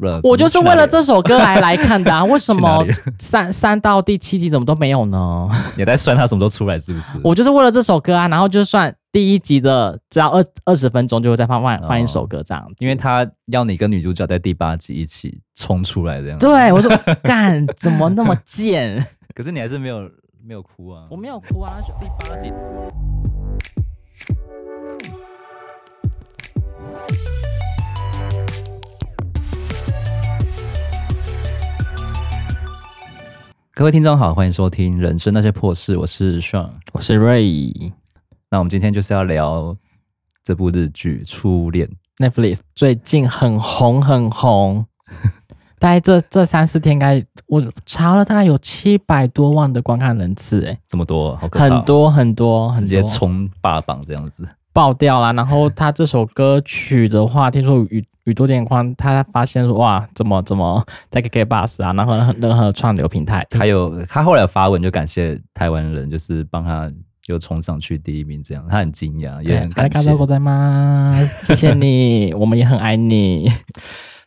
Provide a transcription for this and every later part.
了，我就是为了怎么这首歌来来看的、啊，为什去哪么里嗯三三到第七集怎么都没有呢？去哪里，你在算他什么时候出来是不是？我就是为了这首歌啊，然后就算第一集的只要二二十分钟就会再放放放一首歌这样子，哦因为他要你跟女主角在第八集一起冲出来这样，对我说干怎么那么 贱，可是你还是没有没有哭啊，我没有哭啊，第八集。各位听众好，欢迎收听《人生那些破事》，我是 Sean。我是瑞那我们今天就是要聊这部日剧《初恋》， Netflix 最近很红很红， 大概这这三四天应该我查了大概有七百多万的观看人次、欸，这么多，好可怕哦，很多很多很直接多冲霸榜这样子。爆掉啦。然后他这首歌曲的话，听说宇宇多田光他发现说哇，怎么怎么在 KK Bus 啊，然后任何串流平台，还有他后来有发文就感谢台湾人，就是帮他又冲上去第一名，这样他很惊讶，也对很，大感家谢都。ございます，谢谢你，我们也很爱 你。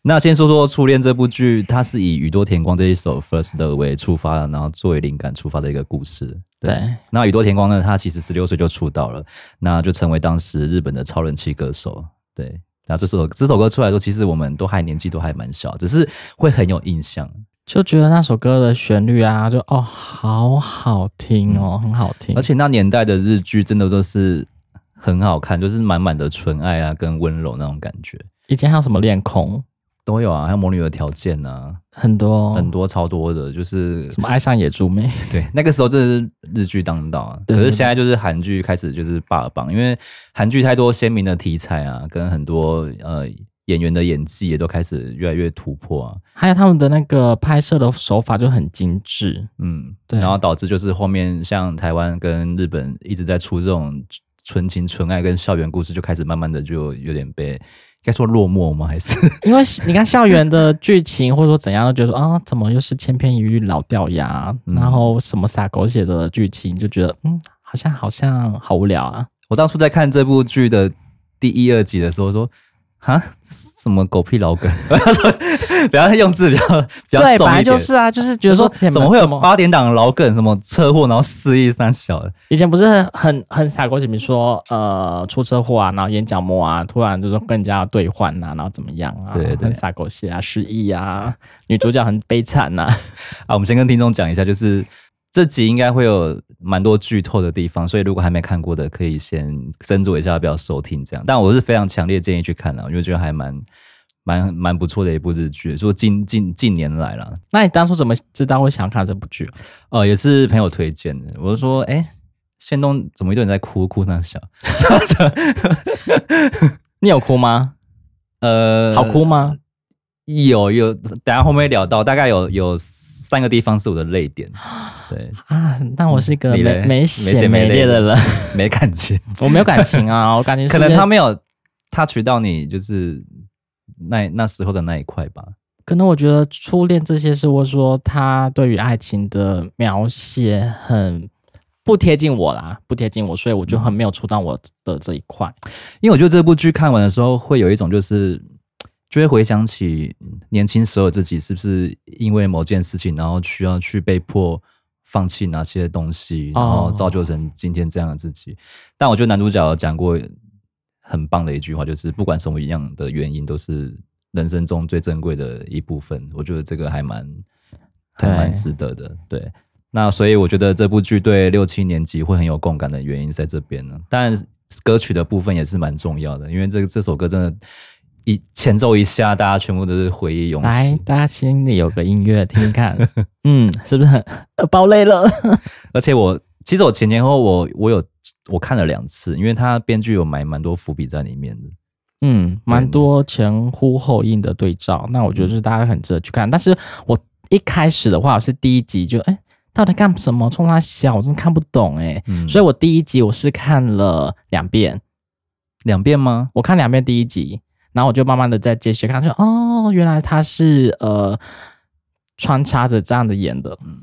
那先说说《初恋》这部剧，它是以宇多田光这一首《First Love》为出发的，然后作为灵感出发的一个故事。对，那宇多田光呢，他其实十六岁就出道了，那就成为当时日本的超人气歌手。对，那这首这首歌出来的时候，其实我们都还年纪都还蛮小，只是会很有印象。就觉得那首歌的旋律啊，就哦，好好听哦，很好听嗯而。且那年代的日剧真的都是很好看，就是满满的纯爱啊，跟温柔那种感觉以前还有什么恋空，都有啊。还有《魔女的条件》啊，很多很多超多的，就是哦什么爱上野猪妹， 对那个时候真的是日剧当道啊。对可对是现在就是韩剧开始就是霸榜，因为韩剧太多鲜明的题材啊，跟很多呃演员的演技也都开始越来越突破啊。还有他们的那个拍摄的手法就很精致。嗯，对然后导致就是后面像台湾跟日本一直在出这种纯情纯爱跟校园故事，就开始慢慢的就有点被。该说落寞吗？还是 因为你看校园的剧情或者说怎样，都觉得说啊，怎么又是千篇一律老掉牙，嗯然后什么撒狗血的剧情，就觉得嗯，好像好像好无聊啊。我当初在看这部剧的第一、二集的时候说，哈，这是什么狗屁老梗？ 不要用字比较比较对，重本来一点。就是啊，就是觉得说说怎么会有八点档老梗？什么车祸，然后失忆三小的？以前不是很很很傻过去，比如说呃出车祸啊，然后眼角膜啊，突然就是跟人家兑换呐、啊，然后怎么样啊，对对很傻狗血啊，失忆啊，女主角很悲惨呐、啊，我们先跟听众讲一下，就是这集应该会有蛮多剧透的地方，所以如果还没看过的，可以先斟酌一下要不要收听这样。但我是非常强烈建议去看了，因为觉得还蛮蛮蛮不错的一部日剧，说近近近年来啦， 那你当初怎么知道会想看这部剧？呃，也是朋友推荐的。我就说，哎、仙东怎么一堆人在哭哭那小？你有哭吗？呃，好哭吗？有有，等一下后面会聊到，大概有有三个地方是我的泪点，对，啊，那我是一个你嘞没没没血血没没泪泪的的人， 没感 觉。我没有感情啊，我感 情可能他没有 touch 到你，就是那那时候的那一块吧。可能我觉得初恋这些事，或者说他对于爱情的描写很不贴近我啦，不贴近我，所以我就很没有触到我的这一块。因为我觉得这部剧看完的时候，会有一种就是就会回想起年轻时候的自己，是不是因为某件事情，然后需要去被迫放弃哪些东西，哦然后造就成今天这样的自己。但我觉得男主角有讲过很棒的一句话，就是不管什么样的原因，都是人生中最珍贵的一部分。我觉得这个还蛮还对蛮值得的，对。那所以我觉得这部剧对六七年级会很有共感的原因在这边呢。当然，歌曲的部分也是蛮重要的，因为这这首歌真的，一前奏一下，大家全部都是回忆涌来起。，大家心里有个音乐听听看， 嗯，是不是很呃爆泪了？而且我其实我前前后后我我有我看了两次，因为它编剧有埋蛮多伏笔在里面的。嗯，蛮多前呼后应的对照，那我觉得就是大家很值得去看。但是我一开始的话，我是第一集就哎、到底干什么？冲他笑，我真的看不懂哎、嗯，所以以我第一集我是看了两遍，两遍吗？我看两遍第一集，然后我就慢慢的再接续看，说哦，原来他是呃穿插着这样的演的，嗯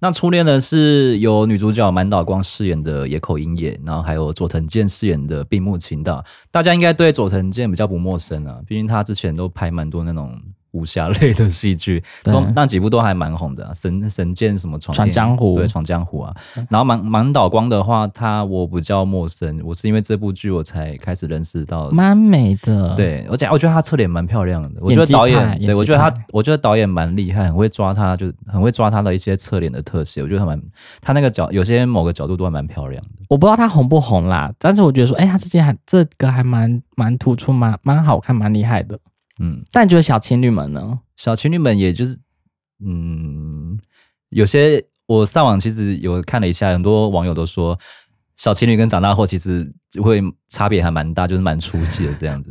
那初恋呢是由女主角满岛光饰演的野口英也，然后还有佐藤健饰演的闭目情道。大家应该对佐藤健比较不陌生啊，毕竟他之前都拍蛮多那种武侠类的戏剧，对都那几部都还蛮红的、啊，神神剑什么闯闯天江湖对闯江湖啊。然后满满岛光的话，他我比较陌生，我是因为这部剧我才开始认识到。蛮美的。，对，而且啊我觉得他侧脸蛮漂亮的，我嗯演觉得技导派演，对演我技觉得他派，我觉得导演蛮厉害，很会抓他，就很会抓他的一些侧脸的特写，我觉得他蛮，他那个角有些某个角度都还蛮漂亮的。我不知道他红不红啦，但是我觉得说，哎、他之前还这个还蛮蛮突出，蛮蛮好看，蛮厉害的。嗯，但你觉得小情侣们呢？小情侣们也就是，嗯，有些我上网其实有看了一下，很多网友都说，小情侣跟长大后其实会差别还蛮大，就是蛮出戏的这样子，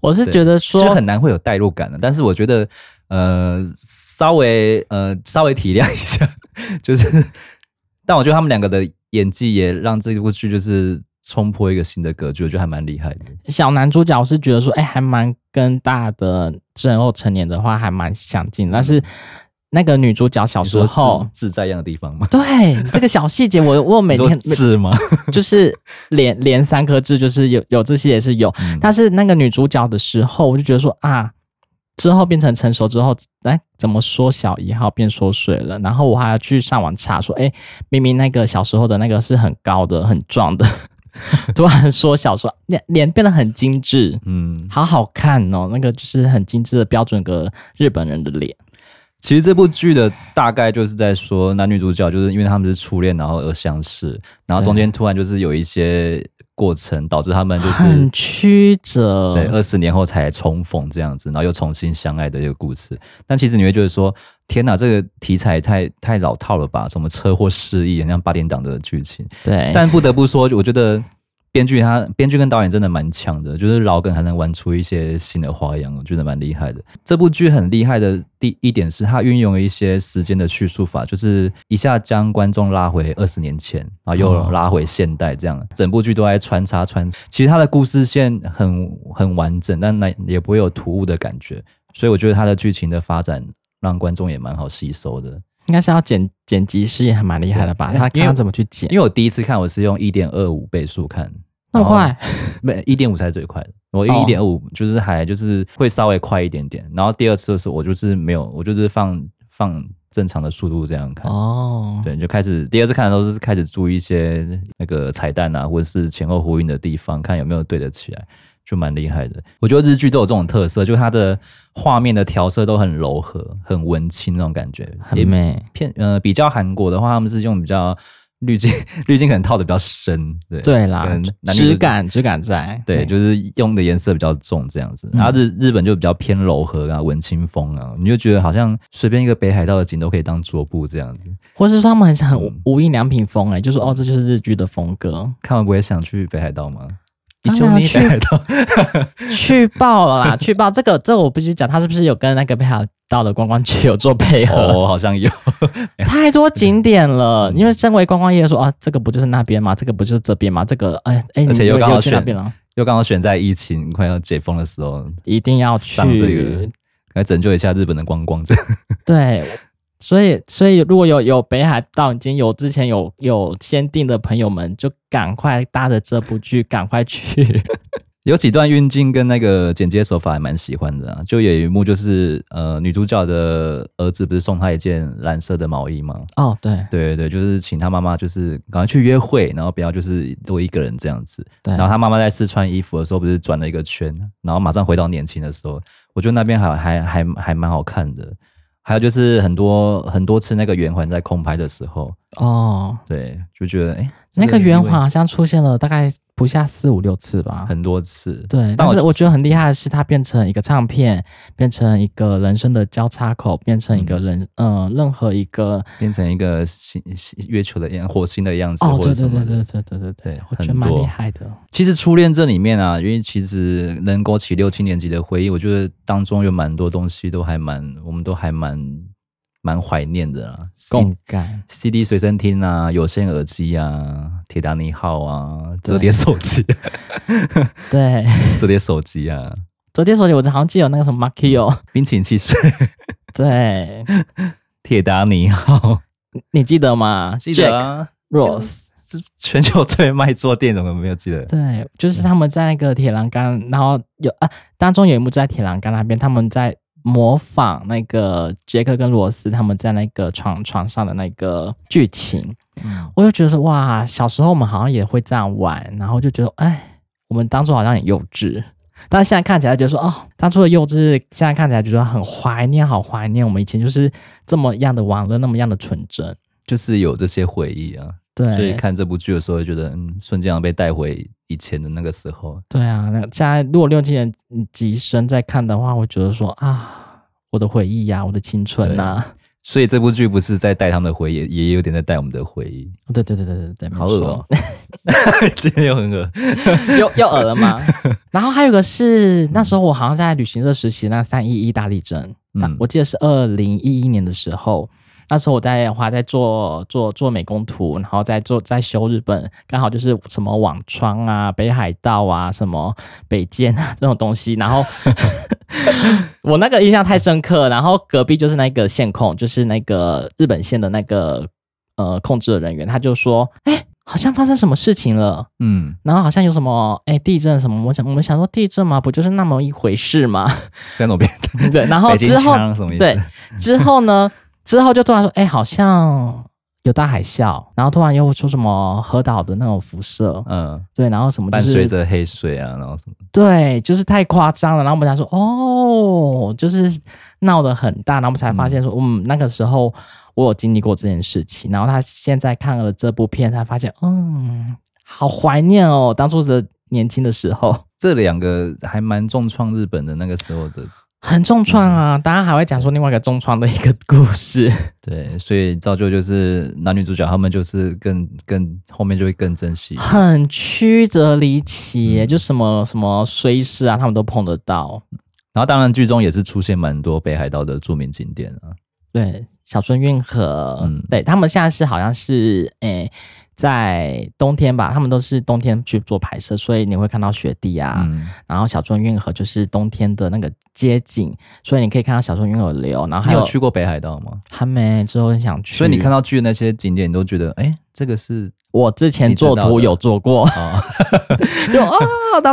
我是对觉得是说，很难会有代入感的。但是我觉得，呃，稍微呃稍微体谅一下， 就是，但我觉得他们两个的演技也让这部剧就是冲破一个新的格局，我觉得还蛮厉害的。小男主角是觉得说，哎、还蛮跟大的之后成年的话还蛮相近，但是那个女主角小嗯你时说候，志志在一样的地方吗？对这个小细节我，我每你说天志吗？就是连连三颗痣，就是有有这些也是有，嗯但是那个女主角的时候，我就觉得说啊，之后变成成熟之后，哎，怎么缩小一号变缩水了？然后我还要去上网查说，哎，明明那个小时候的那个是很高的、很壮的， 突然缩小说脸脸变得很精致，嗯，好好看哦，那个就是很精致的标准个日本人的脸。其实这部剧的大概就是在说男女主角就是因为他们是初恋，然后而相识，然后中间突然就是有一些过程，导致他们就是很曲对折，二十年后才重逢这样子，然后又重新相爱的一个故事。但其实你会觉得说，天哪，这个题材太太老套了吧？什么车祸失忆，很像八点档的剧情。对，但不得不说，我觉得编剧他编剧跟导演真的蛮强的，就是老梗还能玩出一些新的花样，我觉得蛮厉害的。这部剧很厉害的第一点是，它运用了一些时间的叙述法，就是一下将观众拉回二十年前，然后又哦拉回现代，这样、整部剧都在穿插穿。其实它的故事线很很完整，但那也不会有突兀的感觉，所以我觉得它的剧情的发展让观众也蛮好吸收的。应该是要剪剪辑师也还蛮厉害的吧？对他因为看他怎么去剪，因为我第一次看，我是用一点二五倍速看，那然么后快，没一点五才是最快的，我一哦点五就是还就是会稍微快一点点，然后第二次的时候我就是没有，我就是放放正常的速度这样看。哦，对，就开始第二次看的时候是开始注意一些那个彩蛋啊，或者是前后呼应的地方，看有没有对得起来，就蛮厉害的。我觉得日剧都有这种特色，就它的画面的调色都很柔和、很文青那种感觉，也很美。偏呃比较韩国的话，他们是用比较滤镜 滤镜可能套的比较深，对对啦跟，男女主质感质感在。对，就是用的颜色比较重这样子，嗯然后日日本就比较偏柔和啊，文青风啊，你就觉得好像随便一个北海道的景都可以当桌布这样子，或是说他们很很无嗯无印良品风哎、就是哦，这就是日剧的 风格，看完不会想去北海道吗？一当休然要你去北海 道，去爆了啦，去爆！这个这个我必须讲，他是不是有跟那个北海道的观光区有做配合？哦，好嗯像有，太多景点了，因为身为观光业说啊，这个不就是那边吗？这个不就是这边吗？这个哎哎，而且你又又刚好去那选边了，又刚好选在疫情快要解封的时候，一定要去上这个来拯救一下日本的观光这样。对，所以所以如果有有北海道已经有之前有有先定的朋友们，就赶快搭着这部剧赶快 去。 有几段运镜跟那个剪接手法还蛮喜欢的啊，就有一幕就是呃女主角的儿子不是送她一件蓝色的毛衣吗？哦，对对对对，就是请他妈妈就是赶快去约会，然后不要就是都一个人这样子。对，然后他妈妈在试穿衣服的时候，不是转了一个圈，然后马上回到年轻的时候，我觉得那边还还还还蛮好看的。还有就是很多很多次那个圆环在空拍的时候，哦，对，就觉得哎，这那个圆环意好像出现了大概不下四五六次吧味。很多次，对，但但我是我觉得很厉害的是，它变成一个唱片，变成一个人生的交叉口，变成一个人，呃，任何一个变成一个星星月球的样，火星的样子，哦，或者对什对么对的对。对对对对对，我觉得很蛮多厉害的。其实初恋这里面啊，因为其实能勾起六七年级的回忆，我觉得当中有蛮多东西都还蛮，我们都还蛮蛮怀念的啦。C 共感， CD 随身听啊，有线耳机啊，铁达尼号啊，折对叠手机， 对， 折叠手机啊，昨天手里我好像记得有那个什么 Makio，冰淇淋汽水， 对，铁达尼号，你记得吗记得？Jack 啊， Ross，这全球最卖座店怎么没有记得？对，呃就是他们在那个铁栏杆，然后有啊，当中有一幕就在铁栏杆那边，他们在模仿那个杰克跟罗斯他们在那个床床上的那个剧情，嗯我就觉得说哇，小时候我们好像也会这样玩，然后就觉得哎，我们当初好像很幼稚，但是现在看起来觉得说哦，当初的幼稚，现在看起来觉得很怀念，好怀念我们以前就是这么样的玩乐，那么样的纯真。就是有这些回忆啊。对，所以看这部剧的时候，会觉得嗯，瞬间要被带回以前的那个时候。对啊，那现在如果六七年级生在看的话，会觉得说啊，我的回忆呀、我的青春呐、啊所以这部剧不是在带他们的回忆，也也有点在带我们的回 忆。对对对对对对，没好恶错哦，今天又很恶。 又又耳了吗？ 然后还有一个是那时候我好像在旅行社实习，那三一一大地震，那嗯我记得是二零一一年的时候，那时候我在华在做做做美工图，然后在做在修日本，刚好就是什么网窗啊、北海道啊、什么北见啊这种东西， 然后我那个印象太深刻，然后隔壁就是那个线控，就是那个日本线的那个呃控制的人员，他就说，哎、好像发生什么事情了。嗯，然后好像有什么哎地震什么，我想我们想说地震嘛，不就是那么一回事嘛？ 像那边对，然后北京之后腔什么意思？对之后 呢，之后就突然说哎好像有大海啸，然后突然又出什么核岛的那种辐射，嗯，对，然后什么就伴随是着黑水啊，然后什么？对，就是太夸张了。然后我们才说哦，就是闹得很大，然后我们才发现说嗯那个时候。我有经历过这件事情，然后他现在看了这部片，他发现，嗯，好怀念哦，当初的年轻的时候。这两个还蛮重创日本的那个时候的，很重创嗯啊！大家还会讲说另外一个重创的一个故事，对，所以造就就是男女主角他们就是更更后面就会更珍 惜。很曲折离奇嗯耶，就什么什么衰事啊，他们都碰得到。然后当然剧中也是出现蛮多北海道的著名景点啊，对，小樽运河，嗯对他们现在是好像是诶、在冬天吧，他们都是冬天去做拍摄，所以你会看到雪地啊，嗯，然后小樽运河就是冬天的那个街景，所以你可以看到小樽运河流，然后你还有有去过北海道吗？还没之后很想去，所以你看到剧的那些景点，你都觉得，哎，这个是我之前你知道做图的有做过， 啊，就啊，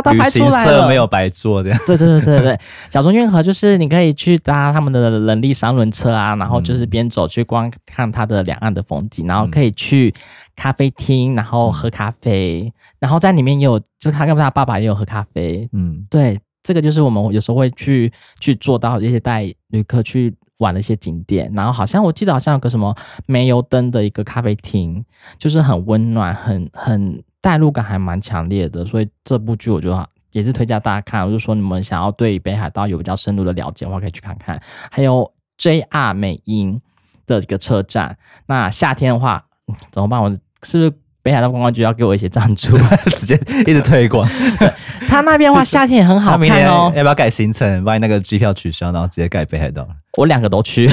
把它旅拍出行来社了，没有白做这样。对对对对对，小中运河就是你可以去搭他们的人力三轮车啊，然后就是边走去观看它的两岸的风景，然后可以去咖啡厅，然后喝咖啡，然后在里面也有，就是他跟他爸爸也有喝咖啡。嗯，对，这个就是我们有时候会去去做到一些带旅客去玩的一些景点，然后好像我记得好像有个什么煤油灯的一个咖啡厅，就是很温暖，很很代入感还蛮强烈的，所以这部剧我觉得。也是推荐大家看，我就说你们想要对北海道有比较深入的了解的话，可以去看看。还有 JR 美英的一个车站，那夏天的话、嗯怎么办？我是不是北海道观光局要给我一些赞助？ 直接一直推广。它 那边的话夏天也很他好明年看哦要。不要改行程，把你那个机票取消，然后直接改北海道？我两个都 去，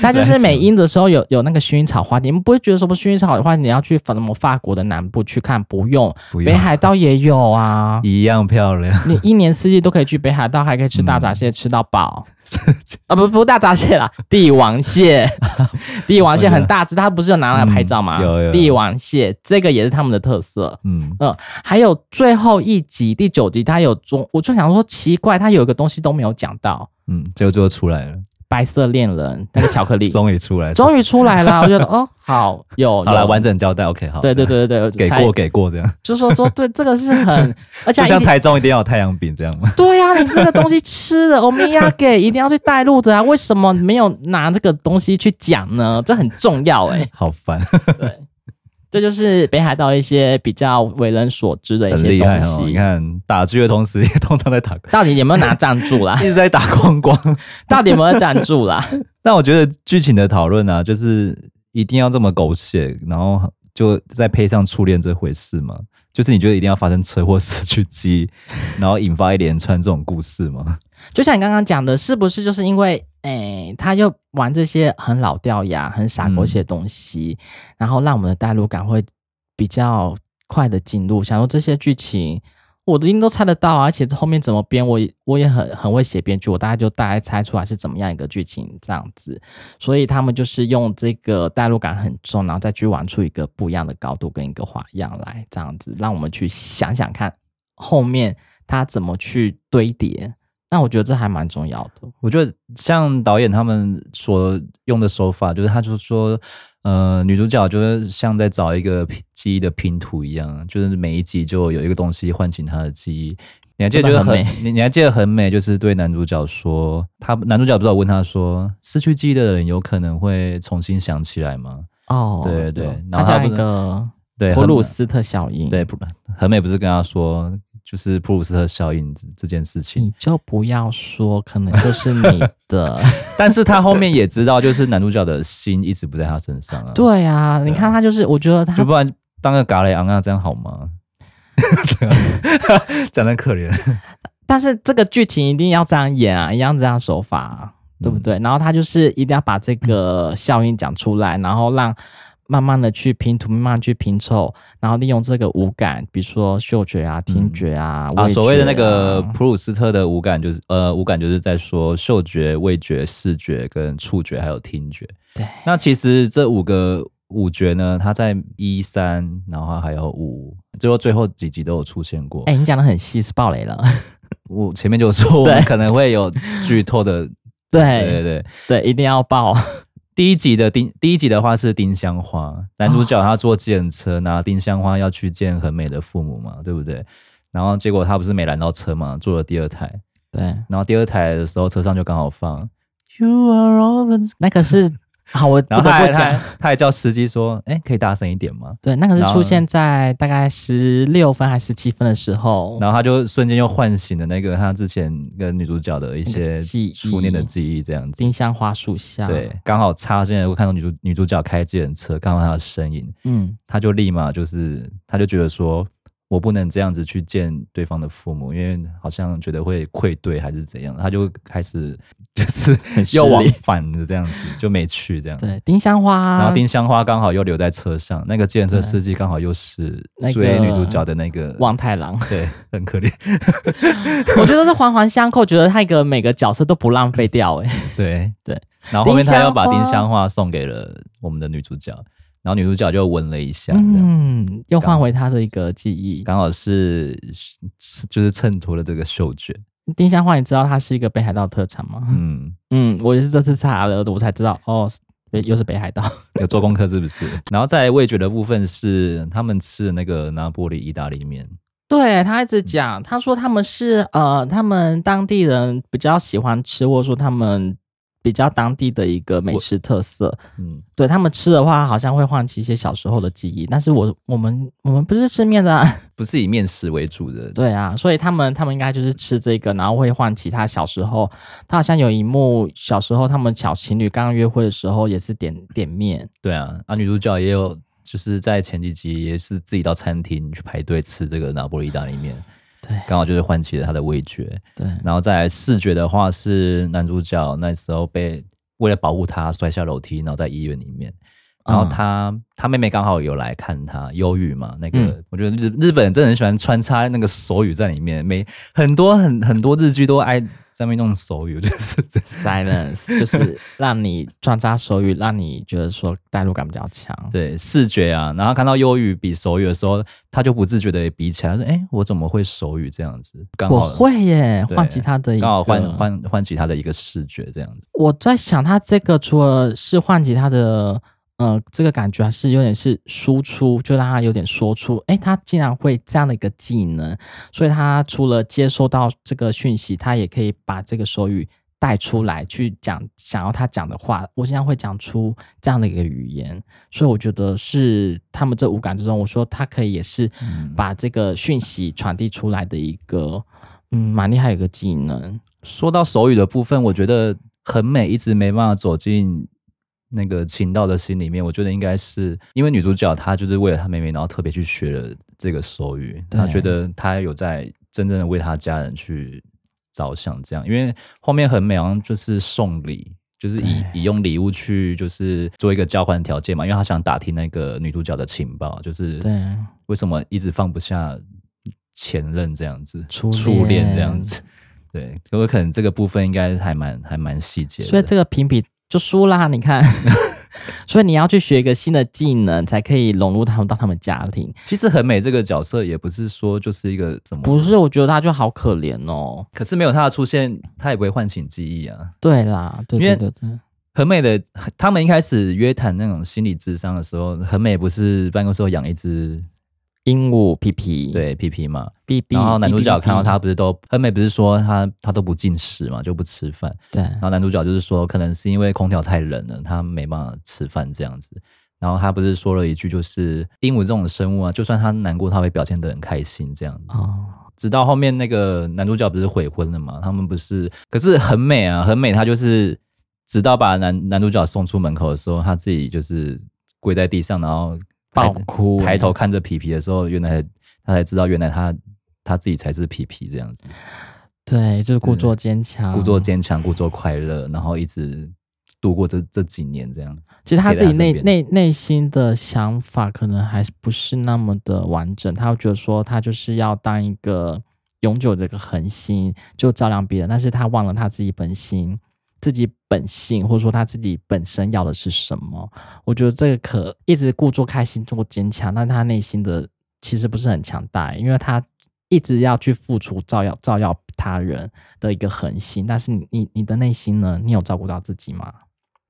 他就是美英的时候有有那个薰衣草花店，你们不会觉得什么薰衣草花店你要去法什么法国的南部去看，不用，不北用，，海道也有啊 一样漂亮。你一年四季都可以去北海道，还可以吃大闸蟹嗯吃到 饱，啊不不大闸蟹啦，帝王蟹，帝王蟹很大只，它不是有拿来拍照吗？嗯有有有帝王蟹这个也是他们的特色。嗯，还有最后一集第九集，它有中，我就想说奇怪，它有一个东西都没有讲到，嗯，结果最后出来了，白色恋人那个 巧克力。终于出来了，终于出来 了，我觉得哦，好有好了，有完整交代。OK，好，对对这样，对对对， 给才过，给过这样，就说说对这个是 很，而且就像还一定台中一定要有太阳饼这样 嘛。对呀、你这个东西吃了，欧米亚给一定要去带路的啊，为什么没有拿这个东西去讲呢？这很重要 哎、好烦，对，这就是北海道一些比较为人所知的一很些厉害东哦。你西。看打剧的同时，也通常在打， ？到底有没有拿赞助啦 一直在打光光。到底有没有赞助啦？但我觉得剧情的讨论啊，就是一定要这么狗血，然后就再配上初恋这回事嘛。就是你觉得一定要发生车祸 失去记忆，然后引发一连串这种故事吗？就像你刚刚讲的，是不是就是因为，诶，他又玩这些很老掉牙、很傻狗血的东西，然后让我们的代入感会比较快的进入。想说这些剧情，我一定都猜得到啊，而且后面怎么编，我也我也很很会写编剧，我大概就大概猜出来是怎么样一个剧情这样子。所以他们就是用这个代入感很重，然后再去玩出一个不一样的高度跟一个花样来，这样子让我们去想想看后面他怎么去堆叠。那我觉得这还蛮重要的。我觉得像导演他们所用的手法，就是他就说，呃，女主角就是像在找一个拼记忆的拼图一样，就是每一集就有一个东西唤醒她的记忆。你还记得真就的是很很你你还记得很美，就是对男主角说，他男主角不是有问他说，失去记忆的人有可能会重新想起来吗？哦，对对有然后它它叫不一是个对，普很鲁斯特效应。对，普很美不是跟他说，就是普鲁斯特效应这这件事情你，就不要说，可能就 是你的。但是他后面也知道，就是男主角的心一直不在他身上啊。对啊，你看他就是，我觉得他就不然当个嘎雷昂啊，这样好吗？ 讲的可怜，但是这个剧情一定要这样演啊，一样这样手法、啊，对嗯不对？然后他就是一定要把这个效应讲出来，然后让慢慢的去拼图，慢慢地去拼凑，然后利用这个五感，比如说嗅觉啊、听觉啊、味啊，觉所谓的那个啊普鲁斯特的五感就是呃，五感就是在说嗅觉、味觉、视觉、跟触觉还有听觉。对，那其实这五个五觉呢，它在一三，然后还有五，最后最后几集都有出现过。哎、你讲的很细，是爆雷了。我前面就有说我们对哎可能会有剧透 的，对对对对。对一定要爆。 第一集的丁，第一集的话是丁香花，哦男主角他坐计程车拿丁香花要去见很美的父母嘛，对不对？然后结果他不是没拦到车嘛，坐了第二台，对，然后第二台的时候车上就刚好放 You are always，那个是 好，我不然后得他还不他还讲。他还叫司机说，哎，可以大声一点吗？对，那个是然后出现在大概十六分还是十七分的时候，然后他就瞬间又唤醒了那个他之前跟女主角的一那些个记忆初恋的记忆，这样子。金香花树下。对，，刚好插进来，我看到女主女主角开计程车，看到她的身影，嗯，他就立马就是，他就觉得说我不能这样子去见对方的父母，因为好像觉得会愧对还是怎样，他就开始 就是很失又往礼返的这样子，就没去这样。对，丁香花，然后丁香花刚好又留在车上，那个计程车司机刚好又是那追个女主角的那个，望太郎， 对，很可怜。我觉得是环环相扣，觉得他一个每个角色都不浪费掉、欸，哎，对对。然后后面他又把丁丁香花香花送给了我们的女主角，然后女主角就闻了一下， 这样嗯，又换回他的一个记忆。刚好是是就是衬托了这个嗅觉，丁香花，你知道它是一个北海道特产吗？嗯。嗯，我也是这次查了，我才知道，哦，是北又是北海道。有做功课是不是？ 然后在味觉的部分是他们吃的那个拿玻里意大利面，对他一直讲，他说他们是呃，他们当地人比较喜欢吃，或者说他们比较当地的一个美食特色。嗯，对他们吃的话，好像会唤起一些小时候的记忆。但是我我们我们不是吃面的啊、 不是以面食为主的，对啊，所以他们他们应该就是吃这个，然后会唤起他小时候，他好像有一幕小时候他们小情侣刚刚约会的时候也是点点面，对啊，啊，女主角也有就是在前几集也是自己到餐厅去排队吃这个拿玻里意大利面，对刚好就是唤起了她的味觉，对，然后再来视觉的话是男主角那时候被为了保护她摔下楼梯，然后在医院里面。然后嗯他、他妹妹刚好有来看他，忧郁嘛，那个、嗯我觉得日日本人真的很喜欢穿插那个手语在里面，每很多很很多日剧都爱在那边弄手语，我觉得是这 silence 就是让你穿插手语，让你觉得说代入感比较强，对视觉啊。然后看到忧郁比手语的时候，他就不自觉的比起来，他说：“哎，我怎么会手语这样子？”刚我好会耶，对唤起他的一刚好个换换唤起他的一个视觉这样子。我在想，他这个除了是唤起他的呃这个感觉，还是有点是输出，就让他有点说出，诶，他竟然会这样的一个技能，所以他除了接收到这个讯息，他也可以把这个手语带出来，去讲想要他讲的话。我现在会讲出这样的一个语言，所以我觉得是他们这五感之中，我说他可以也是嗯把这个讯息传递出来的一个，嗯，蛮厉害的一个技能。说到手语的部分，我觉得很美，一直没办法走进那个秦道的心里面。我觉得应该是因为女主角她就是为了她妹妹，然后特别去学了这个手语，对她觉得她有在真正的为她家人去着想，这样。因为后面很美，好像就是送礼。就是以以用礼物去，就是做一个交换条件嘛，因为她想打听那个女主角的情报，就是对。为什么一直放不下前任这样子，初初恋恋这样子。对，可我可能这个部分应该还蛮还蛮细节的。所以这个评比就输啦，你看， 所以你要去学一个新的技能，才可以融入他们到他们家庭。其实很美这个角色也不是说就是一个怎么，不是，我觉得他就好可怜哦。可是没有他的出现，他也不会唤醒记忆啊。对啦，对因为对对对，很美的，他们一开始约谈那种心理智商的时候，很美不是办公室有养一只鹦鹉皮皮，对皮皮嘛，哔哔，然后男主角看到他，他不是都很美不是说他他都不进食嘛，就不吃饭，对，然后男主角就是说，可能是因为空调太冷了，他没办法吃饭这样子。然后他不是说了一句，就是鹦鹉这种生物啊，就算他难过，他会表现得很开心这样子。哦，直到后面那个男主角不是悔婚了嘛，他们不是，可是很美啊，很美。他就是直到把男男主角送出门口的时候，他自己就是跪在地上，然后抬爆哭，抬头看着皮皮的时候，原来他才知道，原来他他自己才是皮皮这样子。对，就是故作坚强，故作。坚强，故作快乐，然后一直度过这这几年这样子。其实他自陪己内在他身边内内心的想法可能还是不是那么的完整，他会觉得说他就是要当一个永久的一个恒星，就照亮别人，但是他忘了他自己本心。自己本性，或者说他自己本身要的是什么？我觉得这个可一直故作开心、做坚强，但他内心的其实不是很强大，欸因为他一直要去付出、照耀、照耀他人的一个恒心。但是你、你、你的内心呢？你有照顾到自己吗？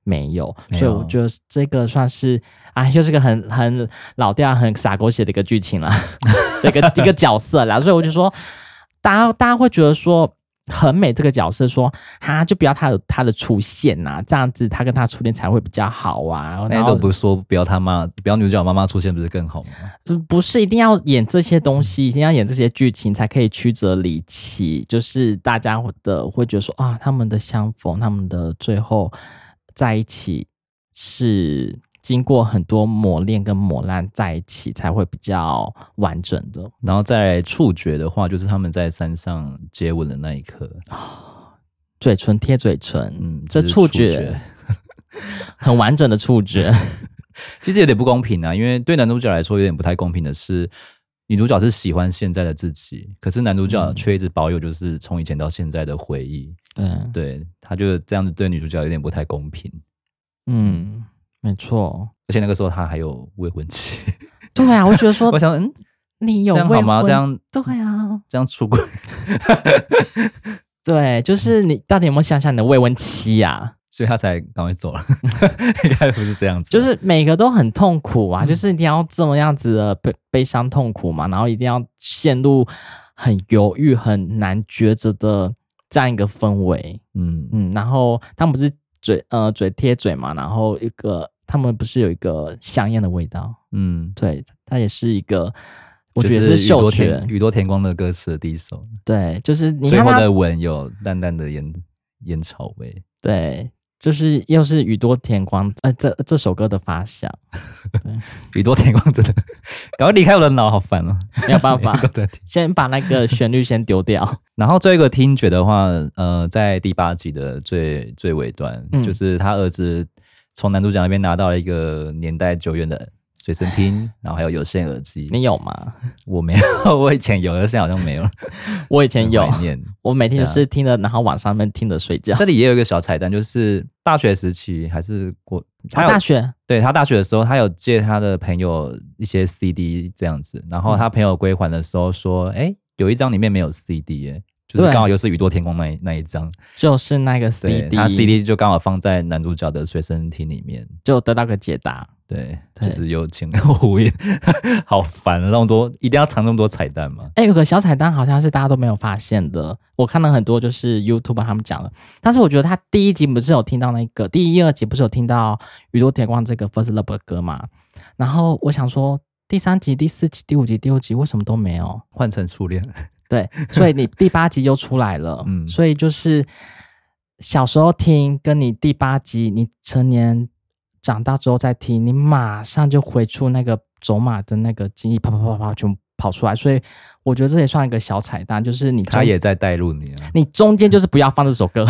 没有，没有所以我觉得这个算是，哎，又是个很很老掉、很洒狗血的一个剧 情啦，的一个一个角色啦。所以我就说，大家大家会觉得说。很美这个角色说，哈，就不要他的他的出现呐、这样子他跟他初恋才会比较好啊。那然一后种不是说不要他妈，不要女主角妈妈出现，不是更好吗？嗯，不是一定要演这些东西，一定要演这些剧情才可以曲折离奇，就是大家会的会觉得说啊，他们的相逢，他们的最后在一起是经过很多磨练跟磨难在一起才会比较完整的。然后再来触觉的话，就是他们在山上接吻的那一刻，嘴唇贴嘴唇，嗯，哦这只是触觉觉 很完整的触 觉。其实有点不公平啊，因为对男主角来说有点不太公平的是。女主角是喜欢现在的自己，可是男主嗯角却一直保有就是从以前到现在的回忆，对，对，他就这样子对女主角有点不太公平。嗯，没错。而且那个时候他还有未婚妻，对啊，我觉得说我想，嗯，你有这样未好吗？婚这样对啊，这样出轨对，就是你到底有没有想想你的未婚妻啊？所以他才赶快走 了，应该不是这嗯样子，就是每个都很痛苦啊，就是一定要这么样子的悲悲伤痛苦嘛，然后一定要陷入很犹豫、很难抉择的这样一个氛围。嗯，嗯，然后他们不是嘴呃嘴贴嘴嘛，然后一个他们不是有一个香烟的味道，嗯，对，它也是一个。我就觉得是是嗅宇觉多，田宇多田光的歌词的第一首，对，就是你最看后它的吻有淡淡的烟烟草味，对，就是又是宇多田光，呃，这这首歌的发想，宇多田光真的赶快离开我的脑，好烦 哦、，没有办法 都在听先把那个旋律先丢 掉。然后这个听觉的话，呃，在第八集的最最尾端，嗯就是他儿子从男主角那边拿到了一个年代久远的随身听，然后还有有线耳机。你有吗？我没有， 我以前有，现在好像没有了。我以前有很，怀念。我每天就是听了，然后晚上面听着睡觉。这里也有一个小彩蛋，就是大学时期还是国，他有、哦大学对他大学的时候，他有借他的朋友一些 CD 这样子，然嗯后他朋友归还的时候说，哎、有一张里面没有 CD 哎、就是对刚好又是宇多田光那一那一张，就是那个对 CD，他 CD 就刚好放在男主角的随身听里面，就得到个解答。对，对就是有请 无言，好烦啊，那么多一定要藏那么多彩蛋吗？哎，有个小彩蛋，好像是大家都没有发现的。我看了很多就是 YouTube 他们讲的，但是我觉得他第一集不是有听到那个，第一、二集不是有听到宇多田光这个 First Love 的歌嘛？然后我想说，第三集、第四集、第五集、第六集为什么都没有？换成初恋，对，所以你第八集又出来了，嗯所以就是小时候听，跟你第八集，你成年长大之后再听，你马上就回出那个走马的那个记忆，啪啪啪啪全部跑出来，所以我觉得这也算一个小彩蛋，就是 你他中也在带入你啊。你中间就是不要放这 首歌，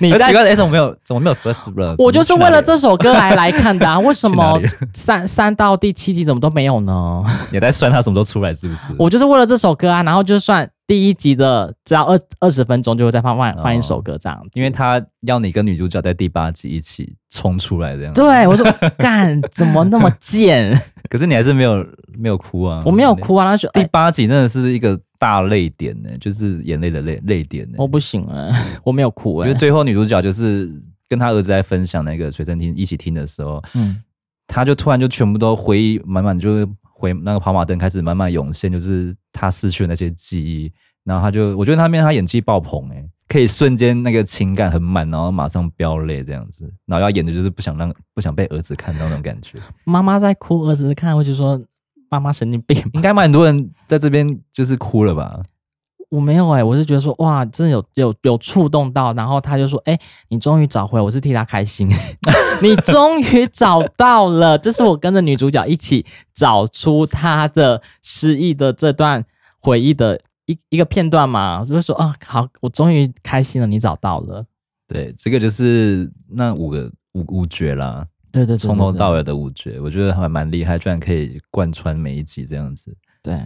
你很在奇怪， 哎，怎么没有，怎么没有 first love？我就是为怎了么这首歌来来看的啊，为什去哪么里了 三三到第七集怎么都没有呢？去哪里了，也在算他什么时候出来，是不是？我就是为了这首歌啊，然后就算第一集的只要二二十分钟就会再放放放一哦首歌这样子，因为他要你跟女主角在第八集一起冲出来这样。对 我说干怎么那么贱，可是你还是没有没有哭啊？我没有。哭啊，他说、第哎八集真的是一个大泪点呢、就是眼泪的泪泪点呢、我不行了，我没有哭我哎、嗯觉得最后女主角就是跟她儿子在分享那个随身听一起听的时候，嗯，她就突然就全部都回忆满满，就是回那个跑马灯开始满满涌现，就是她失去的那些记忆。然后她就，我觉得她面她演技爆棚哎、可以瞬间那个情感很满，然后马上飙泪这样子，然后要演的就是不想让不想被儿子看到那种感觉。妈妈在哭，儿子看我就说妈妈神经病吧，应该蛮多人在这边就是哭了吧？我没有哎、我是觉得说哇，真的有有有触动到，然后他就说，哎、你终于找回来，我是替他开心， 你终于找到了，这是我跟着女主角一起找出她的失忆的这段回忆的一一个片段嘛，我就说啊，好，我终于开心了，你找到了，对，这个就是那五个五五绝啦，对对对从头到尾，尾的五绝，我觉得还蛮厉害，居然可以贯穿每一集这样子。对，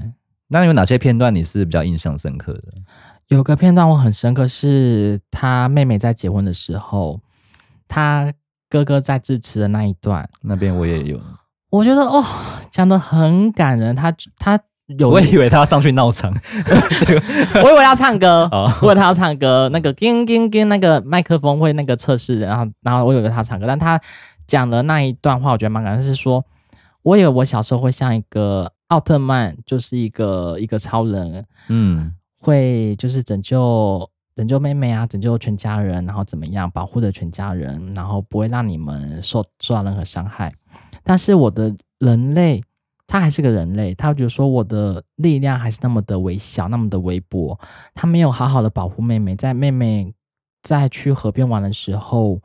那有哪些片段你是比较印象深刻的？有个片段我很深刻，是她妹妹在结婚的时候，她哥哥在致辞的那一段。那边我也有，我觉得哦，讲的很感人。他他有，我也以为他要上去闹 场，结果 我以为他要 唱歌，啊，我以为他要唱歌，那个叮叮叮，那个麦克风会那个测试，然后然后我以为他唱歌，但他讲的那一段话，我觉得蛮感人，是说，我以为我小时候会像一个奥特曼，就是一个一个超人，嗯，会就是拯救拯救妹妹啊，拯救全家人，然后怎么样保护着全家人，然后不会让你们受受到任何伤害。但是我的人类，他还是个人类，他觉得说我的力量还是那么的微小，那么的微薄，他没有好好的保护妹妹，在妹妹在去河边玩的时候，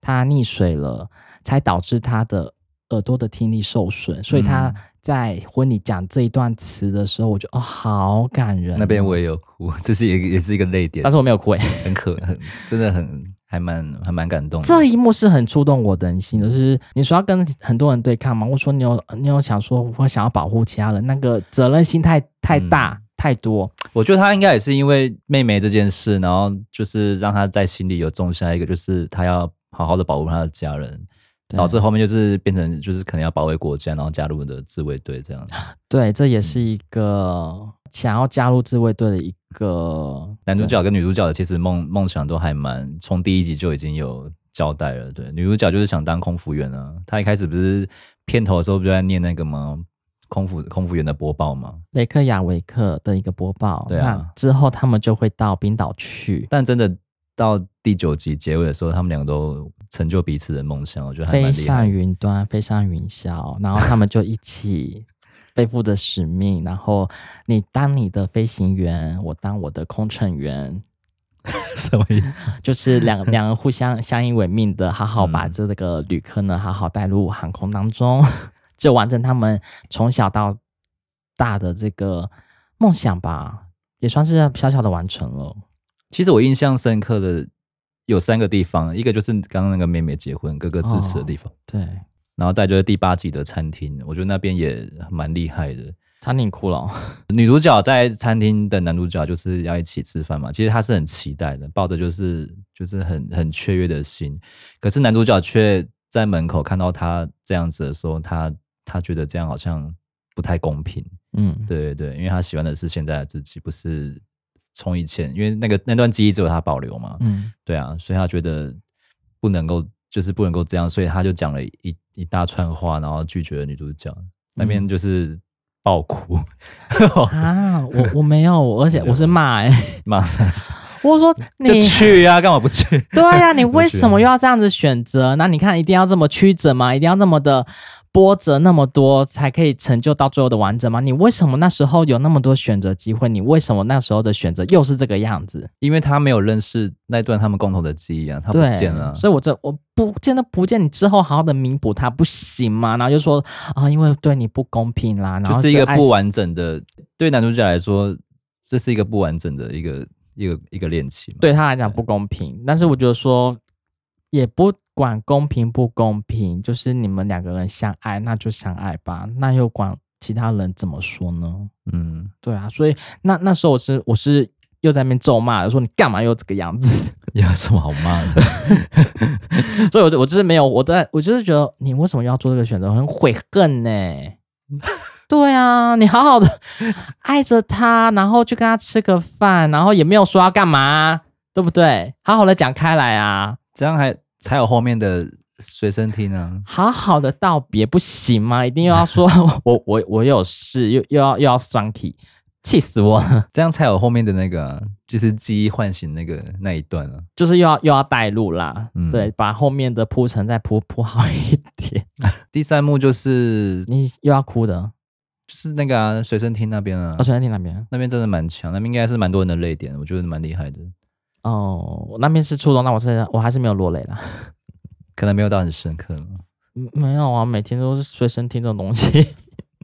她溺水了，才导致她的耳朵的听力受损，所以她嗯在婚礼讲这一段词的时候，我觉得哦，好感人哦。那边我也有哭，这是也也是一个泪点但，是我没有哭诶、很可很真的很还蛮还蛮感动的。 这一幕是很触动我的心，就是你说要跟很多人对抗嘛，我说你有你有想说我想要保护其他人，那个责任心太太大、嗯太多，我觉得他应该也是因为妹妹这件事，然后就是让他在心里有种下一个，就是他要好好的保护他的家人，对导致后面就是变成就是可能要保卫国家，然后加入的自卫队这样。对，这也是一个想要加入自卫队的一个男主角跟女主角的其实梦梦想都还蛮，从第一集就已经有交代了。对，女主角就是想当空服员啊，她一开始不是片头的时候不就在念那个吗？空服空服员的播报嘛，雷克雅维克的一个播报。对啊那之后他们就会到冰岛去，但真的到第九集结尾的时候，他们两个都成就彼此的梦想，我觉得还蛮飞厉害上的。云端，飞上云霄，然后他们就一起背负着使命，然后你当你的飞行员，我当我的空乘员， 什么意思？就是 两两人互相相依为命的，好好把嗯这个旅客呢好好带入航空当中， 就完成他们从小到大的这个梦想吧，也算是小小的完成了。其实我印象深刻的有三个地方，一个就是刚刚那个妹妹结婚、哥哥致辞的地方，对，然后再就是第八集的餐厅，我觉得那边也蛮厉害的。差点哭了哦。女主角在餐厅等男主角就是要一起吃饭嘛，其实她是很期待的，抱着就是就是很很雀跃的心，可是男主角却在门口看到她这样子的时候，他他觉得这样好像不太公平， 嗯，对对对，因为他喜欢的是现在的自己，不是从以前，因为那个那段记忆只有他保留嘛，嗯，对啊，所以他觉得不能够，就是不能够这样，所以他就讲了一一大串话，然后拒绝了女主角。那边就是爆哭，啊，我我没有，我而且我是骂哎、马上 我 说就你去呀、啊，干嘛不去？ 对呀、你为什么又要这样子选择？那你看，一定要这么曲折吗？一定要那么的波折那么多，才可以成就到最后的完整吗？你为什么那时候有那么多选择机会？你为什么那时候的选择又是这个样子？因为他没有认识那段他们共同的记忆啊，他不对，见了。所以我这我不见得不见你之后好好的弥补它不行吗？然后就说啊，因为对你不公平啦，然就后是一个爱不完整的，对男主角来说，这是一个不完整的一个一个一个恋情嘛。对他来讲不公平，但是我觉得说也不管公平不公平，就是你们两个人相爱，那就相爱吧，那又管其他人怎么说呢？嗯，对啊，所以那那时候我是我是又在那边咒骂的，说你干嘛又这个样子？ 有什么好骂的？ 所以我就我就是没有，我在我就是觉得你为什么要做这个选择，我很悔恨呢、对啊，你好好的爱着他，然后去跟他吃个饭，然后也没有说要干嘛，对不对？好好的讲开来啊，这样还才有后面的随身听啊。好好的道别不行吗？一定又要说 我我我有事，又又要又要酸体，气死我了！ 这样才有后面的那个啊、就是记忆唤醒那个那一段啊。就是又要又要带路啦，嗯对，把后面的铺陈再铺铺好一点。啊第三幕就是 你又要哭的，就是那个啊，随身听那边啊哦，，水在听那边那边真的蛮强，那边应该是蛮多人的泪点，我觉得蛮厉害的，哦，我那边是触动，那我是我还是没有落泪啦。可能没有到很深刻了。嗯没有啊，每天都是随身听这种东 西。